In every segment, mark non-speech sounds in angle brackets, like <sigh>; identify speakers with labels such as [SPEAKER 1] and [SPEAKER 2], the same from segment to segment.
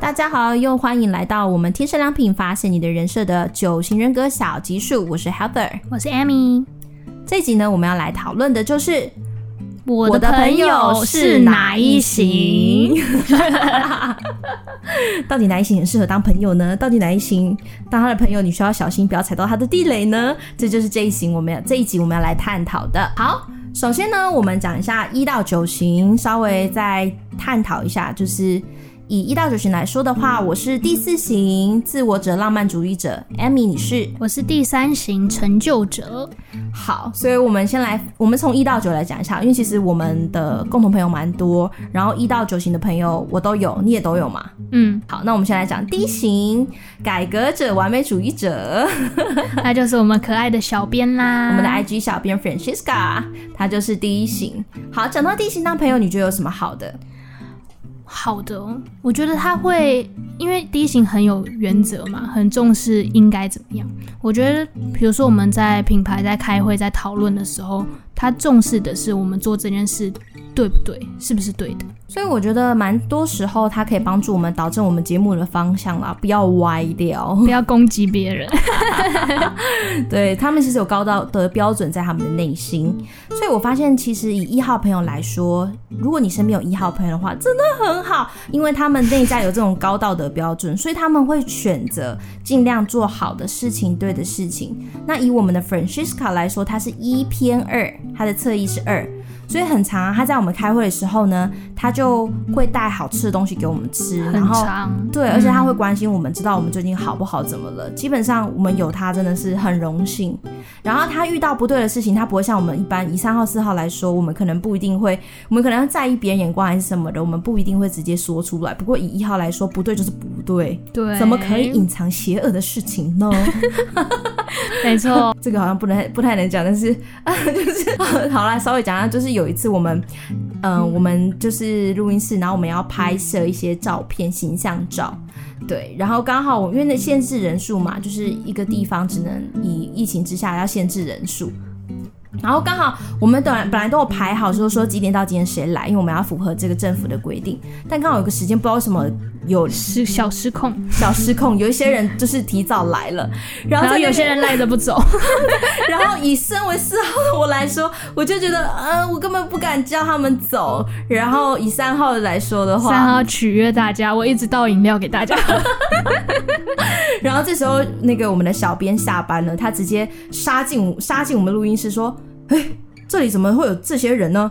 [SPEAKER 1] 大家好，又欢迎来到我们天生良品发现你的人设的九型人格小集数，我是 Heather。
[SPEAKER 2] 我是 Amy，
[SPEAKER 1] 这集呢，我们要来讨论的就是
[SPEAKER 2] 我
[SPEAKER 1] 的朋友是哪一型？ <laughs> 到底哪一型很适合当朋友呢？到底哪一型当他的朋友，你需要小心不要踩到他的地雷呢？这就是这一型我们要这一集我们要来探讨的。好，首先呢，我们讲一下一到九型，稍微再探讨一下，就是。以一到九型来说的话，我是第四型自我者、浪漫主义者。Amy，你是？
[SPEAKER 2] 我是第三型成就者，
[SPEAKER 1] 好，所以我们先来，我们从一到九来讲一下，因为其实我们的共同朋友蛮多，然后一到九型的朋友我都有，你也都有嘛。
[SPEAKER 2] 嗯，
[SPEAKER 1] 好，那我们先来讲第一型，改革者、完美主义者，
[SPEAKER 2] 那就是我们可爱的小编啦。
[SPEAKER 1] 我们的 IG 小编 Francisca，她就是第一型。好，讲到第一型当朋友，你觉得有什么好的？
[SPEAKER 2] 好的哦，我觉得他会，因为第一型很有原则嘛，很重视应该怎么样。我觉得，比如说我们在品牌在开会在讨论的时候，他重视的是我们做这件事对不对，是不是对的。
[SPEAKER 1] 所以我觉得蛮多时候，它可以帮助我们导正我们节目的方向啦，不要歪掉。
[SPEAKER 2] 不要攻击别人，
[SPEAKER 1] 对他们其实有高道德标准在他们的内心，所以我发现其实以一号朋友来说，如果你身边有一号朋友的话，真的很好，因为他们内在有这种高道德标准，所以他们会选择尽量做好的事情、对的事情。那以我们的 Francisca 来说，她是一偏二，她的侧翼是二。所以很长、啊，她在我们开会的时候呢，她就会带好吃的东西给我们吃，
[SPEAKER 2] 很
[SPEAKER 1] 然后
[SPEAKER 2] 长。
[SPEAKER 1] 对，而且他会关心我们，知道我们最近好不好，怎么了。基本上我们有他真的是很荣幸。然后他遇到不对的事情，他不会像我们一般以三号、四号来说，我们可能不一定会，我们可能要在意别人眼光还是什么的，我们不一定会直接说出来。不过以一号来说，不对就是不对，
[SPEAKER 2] 对，
[SPEAKER 1] 怎么可以？隐藏邪恶的事情呢？
[SPEAKER 2] 没错，
[SPEAKER 1] 这个好像不能不太能讲，但是 <laughs> 啊，就是 <laughs> 好啦，稍微讲一下，就是有一次我们，嗯、我们就是录音室，然后我们要拍摄一些照片、形象照，对，然后刚好我因为那限制人数嘛，就是一个地方只能以疫情之下要限制人数。然后刚好我们本来本来都有排好，说说几点到几点谁来，因为我们要符合这个政府的规定。但刚好有个时间，不知道为什么有
[SPEAKER 2] 失小失控，
[SPEAKER 1] 小失控，有一些人就是提早来了，然后
[SPEAKER 2] 然后
[SPEAKER 1] 这个
[SPEAKER 2] 有些人赖着不 <laughs> 走，
[SPEAKER 1] <laughs> 然后以身为四号的我来说，我就觉得，呃，我根本不敢叫他们走。然后以三号来说的
[SPEAKER 2] 三
[SPEAKER 1] 话，
[SPEAKER 2] 号取悦大家，我一直倒饮料给大家。 <laughs>
[SPEAKER 1] 然后这时候那个我们的小编下班了，他直接杀进杀进我们录音室说：“哎，这里怎么会有这些人呢？”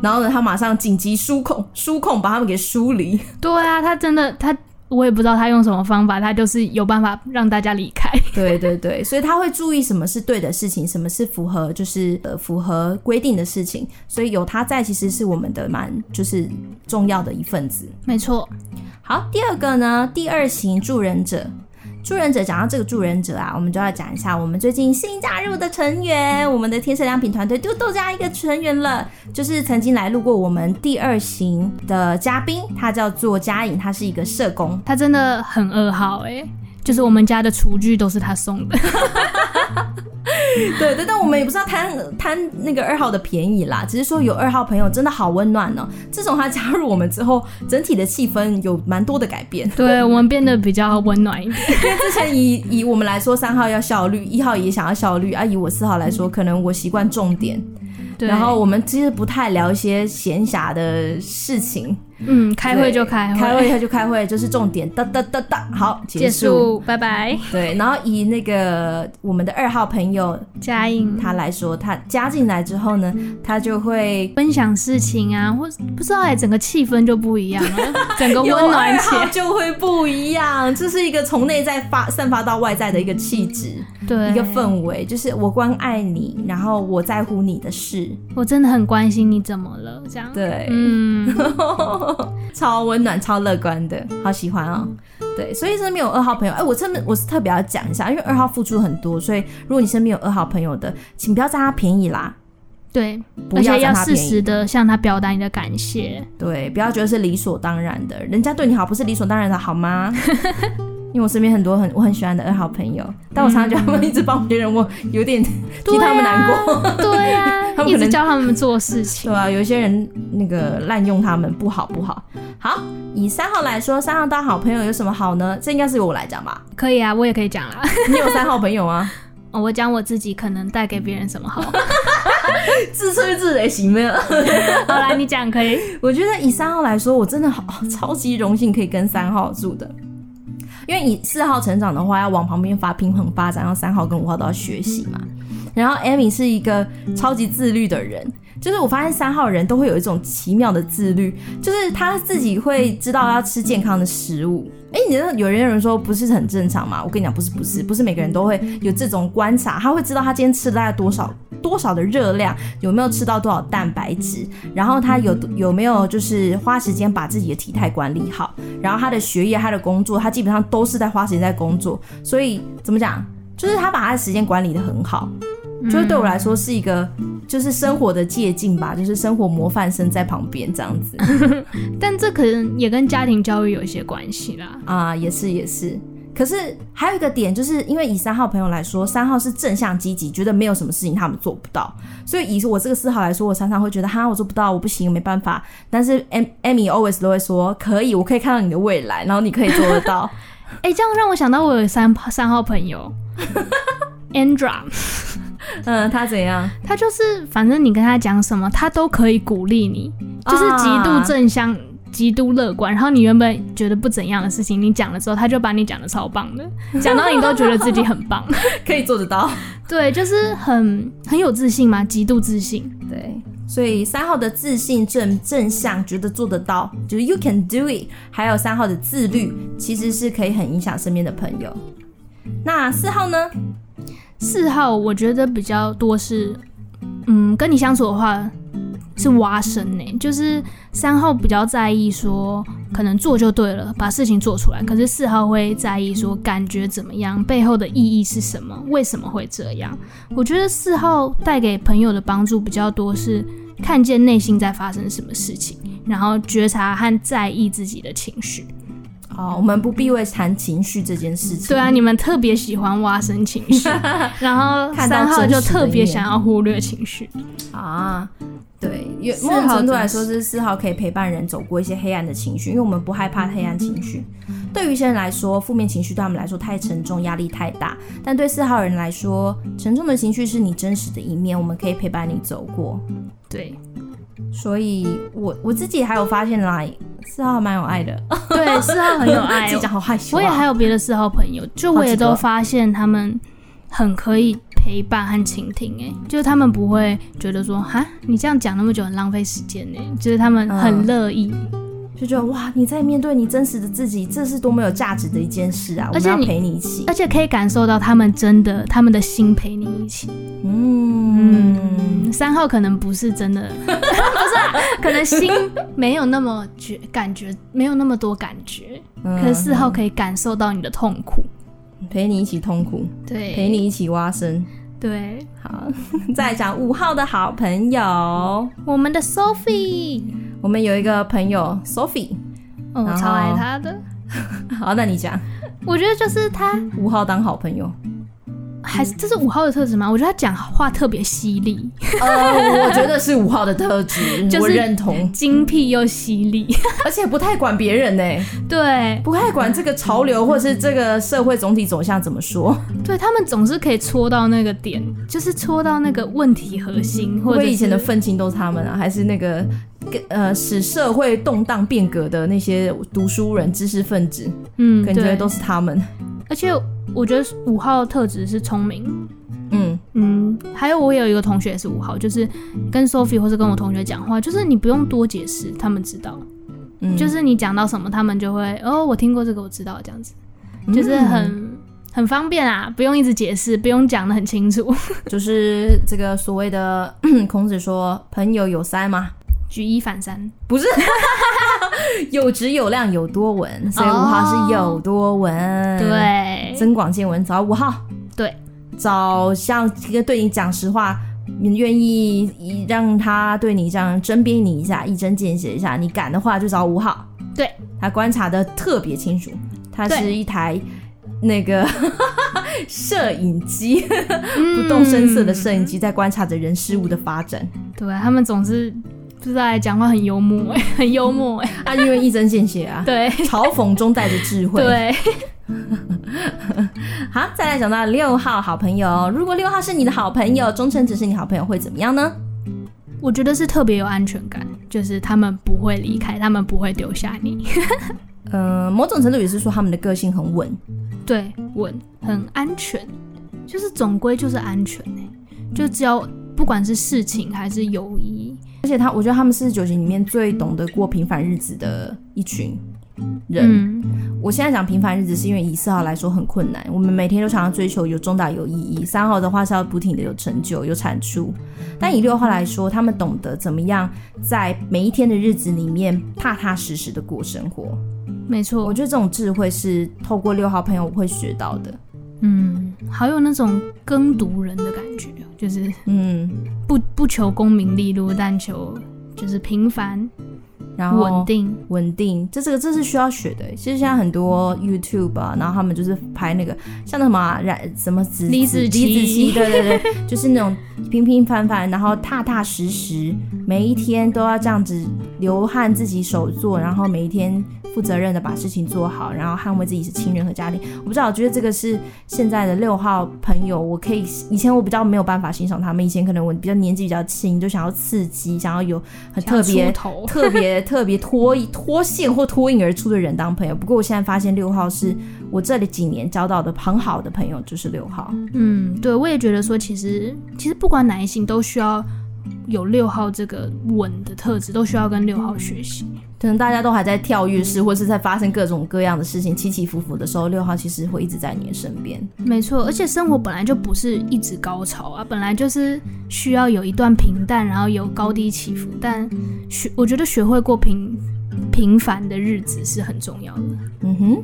[SPEAKER 1] 然后呢，他马上紧急疏控，疏控把他们给疏离。
[SPEAKER 2] 对啊，他真的他，我也不知道他用什么方法，他就是有办法让大家离开。
[SPEAKER 1] 对对对， <laughs> 所以他会注意什么是对的事情，什么是符合就是呃符合规定的事情。所以有他在，其实是我们的蛮就是重要的一份子。
[SPEAKER 2] 没错，
[SPEAKER 1] 好，第二个呢，第二型助人者。助人者讲到这个助人者啊，我们就要讲一下我们最近新加入的成员，我们的天使良品团队就多加一个成员了，就是曾经来录过我们第二型的嘉宾，他叫做嘉颖，他是一个社工，
[SPEAKER 2] 他真的很二号哎、就是我们家的厨具都是他送的，
[SPEAKER 1] <laughs>
[SPEAKER 2] <laughs>
[SPEAKER 1] 对对，但我们也不是要贪贪那个二号的便宜啦，只是说有二号朋友真的好温暖哦。自从他加入我们之后，整体的气氛有蛮多的改变。
[SPEAKER 2] 对我们变得比较温暖一点。
[SPEAKER 1] 因为之前以以我们来说，三号要效率，一号也想要效率，啊，以我四号来说，可能我习惯重点，
[SPEAKER 2] 对，
[SPEAKER 1] 然后我们其实不太聊一些闲暇的事情，
[SPEAKER 2] 嗯，开会就开会，
[SPEAKER 1] 开会就开会，就是重点，哒哒哒哒，好结
[SPEAKER 2] 结
[SPEAKER 1] 束。
[SPEAKER 2] 束，拜拜。
[SPEAKER 1] 对，然后以那个我们的二号朋友
[SPEAKER 2] 嘉颖
[SPEAKER 1] 他来说，他加进来之后呢，他就会
[SPEAKER 2] 分享事情啊，或不知道哎、整个气氛就不一样了，整个温
[SPEAKER 1] 有
[SPEAKER 2] 暖
[SPEAKER 1] 二
[SPEAKER 2] <laughs> 起
[SPEAKER 1] 号
[SPEAKER 2] 来。
[SPEAKER 1] 就会不一样，这是一个从内在发散发到外在的一个气质。
[SPEAKER 2] 对，
[SPEAKER 1] 一个氛围，就是我关爱你，然后我在乎你的事，
[SPEAKER 2] 我真的很关心你怎么了，这样。
[SPEAKER 1] 对，
[SPEAKER 2] 嗯，
[SPEAKER 1] <laughs> 超温暖、超乐观的，好喜欢哦。对，所以身边有二号朋友，哎、我特别我是特别要讲一下，因为二号付出很多，所以如果你身边有二号朋友的，请不要占他便宜啦，
[SPEAKER 2] 对，
[SPEAKER 1] 不
[SPEAKER 2] 而且
[SPEAKER 1] 占
[SPEAKER 2] 要
[SPEAKER 1] 他
[SPEAKER 2] 适
[SPEAKER 1] 便宜，
[SPEAKER 2] 时的向他表达你的感谢。 <laughs> <laughs>
[SPEAKER 1] 对，不要觉得是理所当然的，人家对你好不是理所当然的好吗？因为我身边很多很我很喜欢的二号朋友，但我
[SPEAKER 2] 嗯
[SPEAKER 1] 常常觉得他们一直帮别人，我有点替他们难过。
[SPEAKER 2] 对啊呀、
[SPEAKER 1] 他们可能
[SPEAKER 2] 一直教他们做事情
[SPEAKER 1] 对。啊，有一些人那个滥用他们不好不好。好，以三号来说，三号当好朋友有什么好呢？这应该是由我来讲吧。
[SPEAKER 2] <laughs> 可以啊，我也可以讲啦。 <laughs>
[SPEAKER 1] 你有三号朋友啊吗？
[SPEAKER 2] 哦我讲我自己可能带给别人什么
[SPEAKER 1] <laughs>
[SPEAKER 2] 好。<laughs>
[SPEAKER 1] 自吹自擂行吗？
[SPEAKER 2] 好啦，你讲可以。
[SPEAKER 1] 我觉得以三号来说，我真的好 <laughs> 超级荣幸可以跟三号住的，因为以四号成长的话，要往旁边发平衡发展，然后三号跟五号都要学习嘛。然后 Amy 是一个超级自律的人，就是我发现三号人都会有一种奇妙的自律，就是他自己会知道要吃健康的食物。哎，你知道有人有人说不是很正常吗？我跟你讲，不是不是不是每个人都会有这种观察，他会知道他今天吃了大概多少多少的热量，有没有吃到多少蛋白质，然后他有有没有就是花时间把自己的体态管理好，然后他的学业、他的工作，他基本上都是在花时间在工作，所以怎么讲，就是他把他的时间管理的很好，就是对我来说是一个就是生活的借鉴吧，就是生活模范生在旁边这样子
[SPEAKER 2] 但这可能也跟家庭教育有一些关系啦。
[SPEAKER 1] 啊、也是也是。可是还有一个点，就是因为以三号朋友来说，三号是正向积极，觉得没有什么事情他们做不到，所以以我这个四号来说，我常常会觉得哈，我做不到，我不行，没办法。但是 Am Amy always 都会说，可以，我可以看到你的未来，然后你可以做得
[SPEAKER 2] <laughs>
[SPEAKER 1] 到。
[SPEAKER 2] 哎、这样让我想到我有三三号朋友 <laughs> ，Andra，
[SPEAKER 1] 嗯，他怎样？
[SPEAKER 2] 他就是反正你跟他讲什么，他都可以鼓励你，就是极度正向。极度乐观，然后你原本觉得不怎样的事情，你讲了之后，他就把你讲的超棒的，讲到你都觉得自己很棒。
[SPEAKER 1] 啊可以做得到。
[SPEAKER 2] 对，就是很很有自信嘛，极度自信。
[SPEAKER 1] 对，所以三号的自信正正向，觉得做得到，就是 you can do it。还有三号的自律，其实是可以很影响身边的朋友。那四号呢？
[SPEAKER 2] 四号我觉得比较多是，嗯，跟你相处的话是挖深呢、就是三号比较在意说可能做就对了，把事情做出来，可是四号会在意说感觉怎么样，背后的意义是什么，为什么会这样？我觉得四号带给朋友的帮助比较多是看见内心在发生什么事情，然后觉察和在意自己的情绪。
[SPEAKER 1] 哦，我们不避讳谈情绪这件事情。
[SPEAKER 2] 对啊，你们特别喜欢挖深情绪，然后
[SPEAKER 1] 看到
[SPEAKER 2] 三号
[SPEAKER 1] 真
[SPEAKER 2] 就
[SPEAKER 1] 实的
[SPEAKER 2] 特
[SPEAKER 1] 一
[SPEAKER 2] 别
[SPEAKER 1] 面
[SPEAKER 2] 想要忽略情绪。
[SPEAKER 1] 啊，对，有
[SPEAKER 2] 四
[SPEAKER 1] 某
[SPEAKER 2] 号
[SPEAKER 1] 种程度来
[SPEAKER 2] 真
[SPEAKER 1] 说
[SPEAKER 2] 的
[SPEAKER 1] 是四号可以陪伴人走过一些黑暗的情绪，因为我们不害怕黑暗情绪。对于一些人来说，负面情绪对他们来说太沉重，压力太大；但对四号人来说，沉重的情绪是你真实的一面，我们可以陪伴你走过。
[SPEAKER 2] 对
[SPEAKER 1] 所以我我自己还有发现啦，四号蛮有爱的，
[SPEAKER 2] 对，四号很有
[SPEAKER 1] <laughs>
[SPEAKER 2] 爱 <laughs>
[SPEAKER 1] 自己。讲好害羞、啊。
[SPEAKER 2] 我也还有别的四号朋友，就我也都发现他们很可以陪伴和倾听、欸，就是他们不会觉得说哈，你这样讲那么久很浪费时间呢、就是他们很
[SPEAKER 1] 嗯
[SPEAKER 2] 乐意，
[SPEAKER 1] 就觉得哇，你在面对你真实的自己，这是多么有价值的一件事啊！我
[SPEAKER 2] 而
[SPEAKER 1] 们
[SPEAKER 2] 且
[SPEAKER 1] 要
[SPEAKER 2] 你
[SPEAKER 1] 陪你一起
[SPEAKER 2] 而。且可以感受到他们真的他们的心陪你一起。
[SPEAKER 1] 嗯，
[SPEAKER 2] 嗯，三号可能不是真的， <laughs> 不是、啊，可能心没有那么觉感觉，没有那么多感觉，可是四号可以感受到你的痛苦，
[SPEAKER 1] 嗯陪你一起痛苦，
[SPEAKER 2] 对，
[SPEAKER 1] 陪，你一起挖深。
[SPEAKER 2] 对，
[SPEAKER 1] 好， <laughs> 再来讲五号的好朋友，
[SPEAKER 2] 我们的 Sophie，
[SPEAKER 1] 我们有一个朋友 Sophie。
[SPEAKER 2] 哦，我
[SPEAKER 1] 然后
[SPEAKER 2] 超爱她的。
[SPEAKER 1] 好，那你讲
[SPEAKER 2] 我觉得就是她
[SPEAKER 1] 五号当好朋友。
[SPEAKER 2] 还是这是五号的特质吗？我觉得她讲话特别犀利，
[SPEAKER 1] 呃，我觉得是五号的特 <laughs> 质，
[SPEAKER 2] 就是
[SPEAKER 1] 我认同，
[SPEAKER 2] 精辟又犀利。
[SPEAKER 1] 而且不太管别人呢、
[SPEAKER 2] 对，
[SPEAKER 1] 不太管这个潮流或是这个社会总体走向怎么说。
[SPEAKER 2] 对他们总是可以戳到那个点，就是戳到那个问题核心，
[SPEAKER 1] 我
[SPEAKER 2] 或者是
[SPEAKER 1] 以前的愤青都是他们啊，还是那个跟呃使社会动荡变革的那些读书人、知识分子，
[SPEAKER 2] 嗯，
[SPEAKER 1] 感觉
[SPEAKER 2] 对，
[SPEAKER 1] 都是他们。
[SPEAKER 2] 而且我觉得五号特质是聪明。
[SPEAKER 1] 嗯，
[SPEAKER 2] 嗯，还有我有一个同学也是五号，就是跟 Sophie 或是跟我同学讲话，就是你不用多解释，他们知道。
[SPEAKER 1] 嗯
[SPEAKER 2] 就是你讲到什么，他们就会哦，我听过这个，我知道这样子。
[SPEAKER 1] 嗯
[SPEAKER 2] 就是很、很方便啊，不用一直解释，不用讲的很
[SPEAKER 1] <laughs>
[SPEAKER 2] 清楚。
[SPEAKER 1] 就是这个所谓的孔子说“朋友有三”嘛，
[SPEAKER 2] 举一反三，
[SPEAKER 1] 不是有质有量有多文，所以五号是有多文。，
[SPEAKER 2] 哦对，
[SPEAKER 1] 增广见闻。找五号，
[SPEAKER 2] 对，
[SPEAKER 1] 找像一个对你讲实话，你愿意一让他对你这样针砭你一下，一针见血一下，你敢的话就找五号。
[SPEAKER 2] 对，
[SPEAKER 1] 他观察的特别清楚，他
[SPEAKER 2] 对
[SPEAKER 1] 是一台那个 <laughs> 摄影机，
[SPEAKER 2] 嗯
[SPEAKER 1] 不动声色的摄影机在观察着人事物的发展
[SPEAKER 2] 对他们总是不知道哎讲话很幽默、 <laughs> 哎，很幽默、哎，
[SPEAKER 1] <laughs> 啊，因为一针见血啊，
[SPEAKER 2] 对
[SPEAKER 1] <laughs> 嘲讽中带着智 <laughs> 慧。
[SPEAKER 2] 对，
[SPEAKER 1] 好，再来讲到六号好朋友，如果六号是你的好朋友，忠诚只是你好朋友会怎么样呢？
[SPEAKER 2] 我觉得是特别有安全感，就是他们不会离开，他们不会丢下你， <laughs>
[SPEAKER 1] 呃，某种程度也是说他们的个性很稳，
[SPEAKER 2] 对，稳，很安全，就是总归就是安全哎、就只要不管是事情还是友谊，
[SPEAKER 1] 而且他，我觉得他们是九型里面最懂得过平凡日子的一群人。
[SPEAKER 2] 嗯，
[SPEAKER 1] 我现在讲平凡日子，是因为以四号来说很困难，我们每天都想要追求有重大有意义；三号的话是要不停的有成就、有产出。但以六号来说，他们懂得怎么样在每一天的日子里面踏踏实实的过生活。
[SPEAKER 2] 没
[SPEAKER 1] 我
[SPEAKER 2] 错，
[SPEAKER 1] 觉得这种智慧是透过六号朋友会学到的。
[SPEAKER 2] 嗯，好有那种耕读人的感觉，就是
[SPEAKER 1] 嗯，
[SPEAKER 2] 不不求功名利禄，但求就是平凡
[SPEAKER 1] 然后
[SPEAKER 2] 稳定，
[SPEAKER 1] 稳定，这这个这是需要学的。其实现在很多 YouTube 啊，然后他们就是拍那个像那什么啊染、什么子
[SPEAKER 2] 李子柒
[SPEAKER 1] 李子柒，对对对， <laughs> 就是那种平平凡凡，然后踏踏实实，每一天都要这样子流汗自己手做，然后每一天负责任的把事情做好，然后捍卫自己是亲人和家庭。我不知道，我觉得这个是现在的六号朋友，我可以以前我比较没有办法欣赏他们，以前可能我比较年纪比较轻，就想要刺激，想要有很特别
[SPEAKER 2] 想出
[SPEAKER 1] <laughs>
[SPEAKER 2] 头，
[SPEAKER 1] 特别特别脱
[SPEAKER 2] 嗯
[SPEAKER 1] 脱线或脱颖而出的人当朋友。不过我现在发现六号是我这里几年交到的很好的朋友，就是六号。
[SPEAKER 2] 嗯，对，我也觉得说，其实其实不管哪一型都需要有六号这个稳的特质，都需要跟六号学习。
[SPEAKER 1] 可能大家都还在跳跃式，或是在发生各种各样的事情起起伏伏的时候，六号其实会一直在你的身边。
[SPEAKER 2] 没错，而且生活本来就不是一直高潮啊，本来就是需要有一段平淡，然后有高低起伏。但学，我觉得学会过平平凡的日子是很重要的。
[SPEAKER 1] 嗯哼。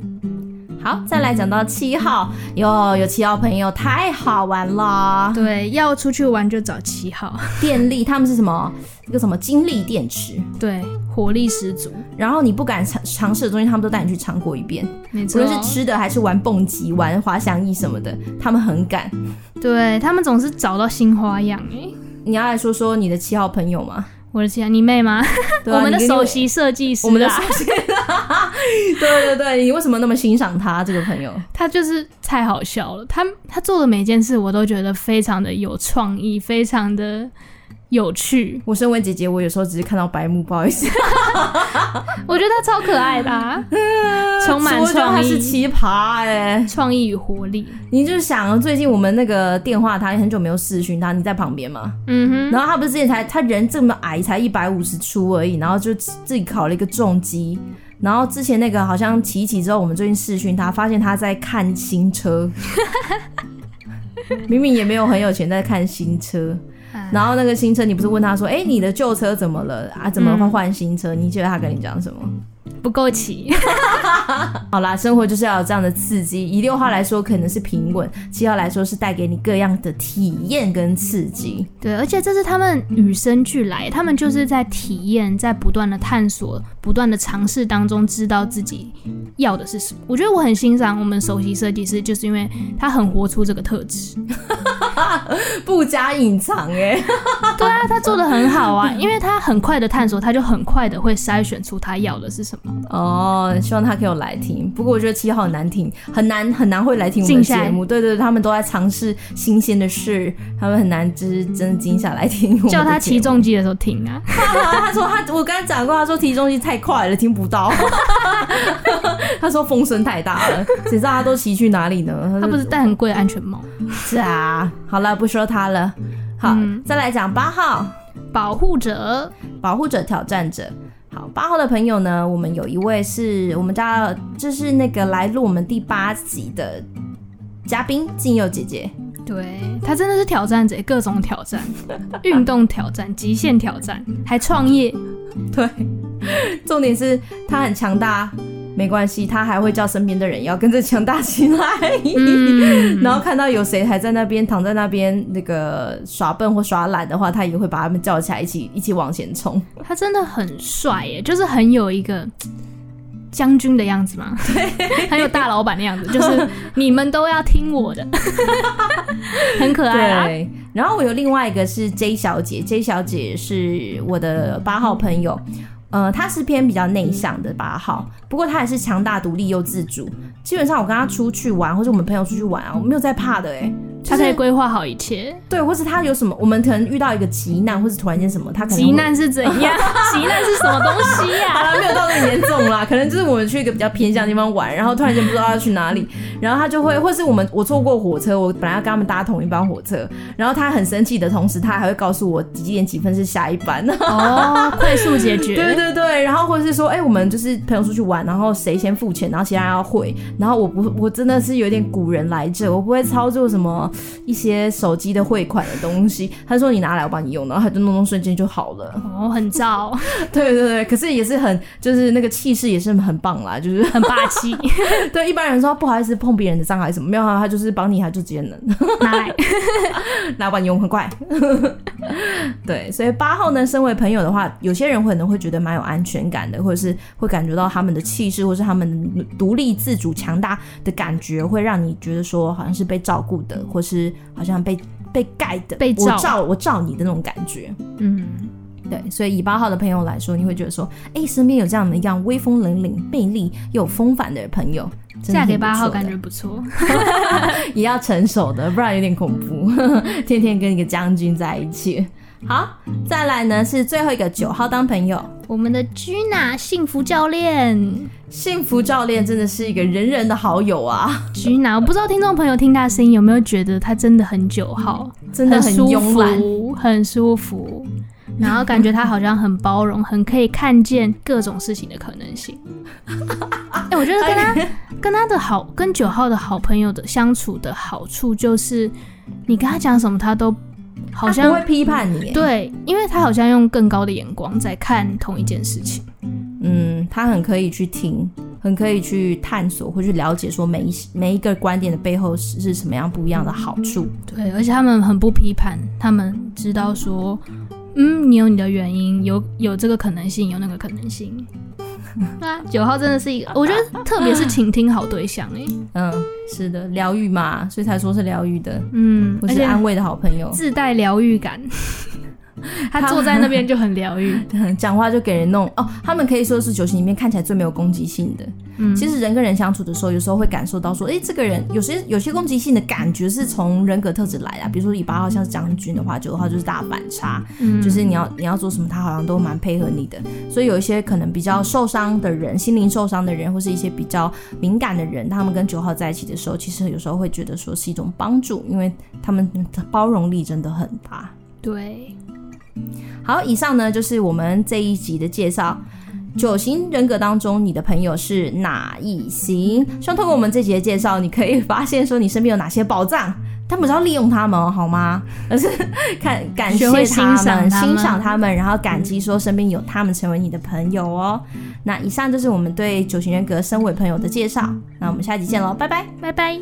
[SPEAKER 1] 好，再来讲到七号，哟，有七号朋友太好玩了。
[SPEAKER 2] 对，要出去玩就找七号，
[SPEAKER 1] 电力他们是什么？一个什么精力电池，
[SPEAKER 2] 对，活力十足。
[SPEAKER 1] 然后你不敢尝尝试的东西，他们都带你去尝过一遍。
[SPEAKER 2] 没
[SPEAKER 1] 无
[SPEAKER 2] 错，
[SPEAKER 1] 论是吃的还是玩蹦极、玩滑翔翼什么的，他们很敢。
[SPEAKER 2] 对他们总是找到新花样哎、
[SPEAKER 1] 你要来说说你的七号朋友吗？
[SPEAKER 2] 我的天啊，你妹吗？
[SPEAKER 1] 对啊
[SPEAKER 2] <laughs> 我们的
[SPEAKER 1] 你跟
[SPEAKER 2] 首席设计师、啊，
[SPEAKER 1] <laughs> 我们的首席， <laughs> 对对对，你为什么那么欣赏他这个朋友？
[SPEAKER 2] 他就是太好笑了。他他做的每件事，我都觉得非常的有创意，非常的有趣。
[SPEAKER 1] 我身为姐姐，我有时候只是看到白目，不好意思，
[SPEAKER 2] 我觉得他超可爱的、啊， <laughs> <laughs> 充满
[SPEAKER 1] 我觉得他
[SPEAKER 2] 创
[SPEAKER 1] 是
[SPEAKER 2] 意、
[SPEAKER 1] 奇葩哎、
[SPEAKER 2] 创意与活力。
[SPEAKER 1] 你就想最近我们那个电话，他很久没有视讯他，你在旁边吗？
[SPEAKER 2] 嗯哼，
[SPEAKER 1] 然后他不是之前才他人这么矮，才一百五十出而已，然后就自己考了一个重机。然后之前那个好像骑一骑之后，我们最近试训他，发现他在看新 <laughs> 车，明明也没有很有钱，在看新车。
[SPEAKER 2] 哎
[SPEAKER 1] 然后那个新车，你不是问他说：“哎，你的旧车怎么了啊？怎么会换新车？”你觉得他跟你讲什么？
[SPEAKER 2] 不够齐，
[SPEAKER 1] 好啦，生活就是要有这样的刺激。以六号来说可能是平稳，七号来说是带给你各样的体验跟刺激。
[SPEAKER 2] <laughs> 对，而且这是他们与生俱来，他们就是在体验，在不断的探索、不断的尝试当中，知道自己要的是什么。我觉得我很欣赏我们首席设计师，就是因为他很活出这个特质。
[SPEAKER 1] 不加隐藏哎、
[SPEAKER 2] 对啊，他做的很好 <laughs> 啊，因为他很快的探索，他就很快的会筛选出他要的是什 <laughs> 么。
[SPEAKER 1] 哦，希望他可以有来听。不过我觉得七号很难听，很难很难会来听我们的
[SPEAKER 2] 静下来
[SPEAKER 1] 节目。对对，对他们都在尝试新鲜的事，他们很难就是真的静下来听我们的节目。
[SPEAKER 2] 叫他骑重机的时啊候听啊，
[SPEAKER 1] 他说他，我刚才讲过，他说提重机太快了，听不 <laughs> 到。他说风声太大了，谁知道他都骑去哪里呢？
[SPEAKER 2] 他不是戴很贵的安全帽，
[SPEAKER 1] 是啊， <laughs> 好了，不说他了。好，
[SPEAKER 2] 嗯
[SPEAKER 1] 再来讲八号
[SPEAKER 2] 保护者，
[SPEAKER 1] 保护者挑战者。好，八号的朋友呢，我们有一位是我们家，就是那个来录我们第八集的嘉宾静佑姐姐。
[SPEAKER 2] 对他真的是挑战者，各种挑 <laughs> 战，运动挑战、极限挑战，还创业，
[SPEAKER 1] 对，重点是她很强大，没关系，她还会叫身边的人要跟着强大起来。<laughs>
[SPEAKER 2] 嗯，
[SPEAKER 1] 然后看到有谁还在那边躺在那边那个耍笨或耍懒的话，他也会把他们叫起来，一起一起往前冲。
[SPEAKER 2] 他真的很帅耶，就是很有一个将军的样子嘛，很有大老板的样子，就是你们都要听我 <laughs> 的，很可爱啊。
[SPEAKER 1] 对，然后我有另外一个是 J 小姐，J 小姐是我的八号朋友，呃，她是偏比较内向的八号，不过她也是强大、独立又自主。基本上我跟她出去玩，或者我们朋友出去玩啊，我没有在怕的哎、欸。就
[SPEAKER 2] 他可以
[SPEAKER 1] 是
[SPEAKER 2] 规划好一切。
[SPEAKER 1] 对，或是她有什么，我们可能遇到一个急难，或是突然间什么，她可能会
[SPEAKER 2] <laughs> 急难是怎 <laughs> 样？急难是什么东西
[SPEAKER 1] <laughs> 好
[SPEAKER 2] 呀、
[SPEAKER 1] 了，没有到那么严重啦，可能就是我们去一个比较偏向的地方玩，然后突然间不知道要去哪里，然后他就会，或是我们我坐过火车，我本来要跟他们搭同一班火车，然后他很生气的同时，他还会告诉我几点几分是下一班。
[SPEAKER 2] <laughs> 哦，快速
[SPEAKER 1] <laughs>
[SPEAKER 2] 解
[SPEAKER 1] 对
[SPEAKER 2] 决。
[SPEAKER 1] 对对，然后或者是说，哎、我们就是朋友出去玩，然后谁先付钱，然后其他人要汇，然后我不，我真的是有点古人来着，我不会操作什么一些手机的汇款的东西。他说你拿来，我帮你用，然后他就弄弄瞬间就好了。 <laughs>
[SPEAKER 2] 哦，很燥，
[SPEAKER 1] 对对对，可是也是很，就是那个气势也是很棒啦，就是
[SPEAKER 2] <laughs> 很霸气，
[SPEAKER 1] <laughs> 对一般人说不好意思碰别人的伤害什么，没有啊，他就是帮你，他就直接能
[SPEAKER 2] <laughs>
[SPEAKER 1] <laughs>
[SPEAKER 2] 拿来。
[SPEAKER 1] 拿管用很快。 <laughs> 对，所以八号呢，身为朋友的话，有些人可能会觉得蛮有安全感的，或者是会感觉到他们的气势，或是他们独立自主、强大的感觉，会让你觉得说好像是被照顾的，或是好像被被盖的，
[SPEAKER 2] 嗯被
[SPEAKER 1] 我
[SPEAKER 2] 罩
[SPEAKER 1] 照我照你的那种感觉。
[SPEAKER 2] 嗯，
[SPEAKER 1] 对，所以以八号的朋友来说，你会觉得说，哎、身边有这样的一样威风凛凛、魅力又有风范的朋友，真的
[SPEAKER 2] 嫁给
[SPEAKER 1] 挺不
[SPEAKER 2] 八
[SPEAKER 1] 错
[SPEAKER 2] 号
[SPEAKER 1] 的
[SPEAKER 2] 感觉不错。
[SPEAKER 1] <laughs> 也要成熟的，不然有点恐怖， <laughs> 天天跟一个将军在一起。好，再来呢是最后一个九号当朋友，
[SPEAKER 2] 我们的 Gina 幸福教练
[SPEAKER 1] 幸福教练真的是一个人人的好友啊， <laughs>
[SPEAKER 2] ，Gina，我不知道听众朋友听她声音有没有觉得她真的很九号，
[SPEAKER 1] 真的很
[SPEAKER 2] 嗯很
[SPEAKER 1] 慵懒。
[SPEAKER 2] 舒服，很舒服。然后感觉她好像很包容，很可以看见各种事情的可能 <laughs> 性。哎、我觉得跟她跟她的好，跟九号的好朋友的相处的好处就是，你跟她讲什么，她都
[SPEAKER 1] 他
[SPEAKER 2] 好
[SPEAKER 1] 不
[SPEAKER 2] 像
[SPEAKER 1] 会批判你，，
[SPEAKER 2] 对，因为她好像用更高的眼光在看同一件事情。
[SPEAKER 1] 嗯，他很可以去听，很可以去探索或去了解，说每一每一个观点的背后是是什么样不一样的好处。
[SPEAKER 2] 对，而且他们很不批判，他们知道说，嗯，你有你的原因，有有这个可能性，有那个可能性。 <laughs> 啊，九号真的是一个，我觉得特别是倾听好对象哎、
[SPEAKER 1] 嗯，是的，疗愈嘛，所以才说是疗愈的，
[SPEAKER 2] 嗯，
[SPEAKER 1] 不
[SPEAKER 2] 而
[SPEAKER 1] 是啊
[SPEAKER 2] 且
[SPEAKER 1] 安慰的好朋友。
[SPEAKER 2] 自带疗愈感，他坐在那边就很疗
[SPEAKER 1] <laughs>
[SPEAKER 2] 愈。
[SPEAKER 1] 讲话就给人弄哦，他们可以说是九型里面看起来最没有攻击性的。
[SPEAKER 2] 嗯，
[SPEAKER 1] 其实人跟人相处的时候，有时候会感受到说，诶，这个人有些有些攻击性的感觉是从人格特质来的啊。比如说以八号像是将军的话，九号就是大反差，
[SPEAKER 2] 嗯
[SPEAKER 1] 就是你要你要做什么，他好像都蛮配合你的。所以有一些可能比较受伤的人，心灵受伤的人，或是一些比较敏感的人，他们跟九号在一起的时候，其实有时候会觉得说是一种帮助，因为他们的包容力真的很大。
[SPEAKER 2] 对，
[SPEAKER 1] 好，以上呢就是我们这一集的介绍。九型人格当中，你的朋友是哪一型？希望通过我们这集的介绍，你可以发现说你身边有哪些宝藏，但不是要利用他们哦，好吗？ <laughs> 而是看感谢
[SPEAKER 2] 学会
[SPEAKER 1] 他们，
[SPEAKER 2] 欣赏他们
[SPEAKER 1] 欣赏他们，然后感激说身边有他们成为你的朋友哦。那以上就是我们对九型人格身为朋友的介绍。那我们下集见喽，拜拜。
[SPEAKER 2] 拜拜。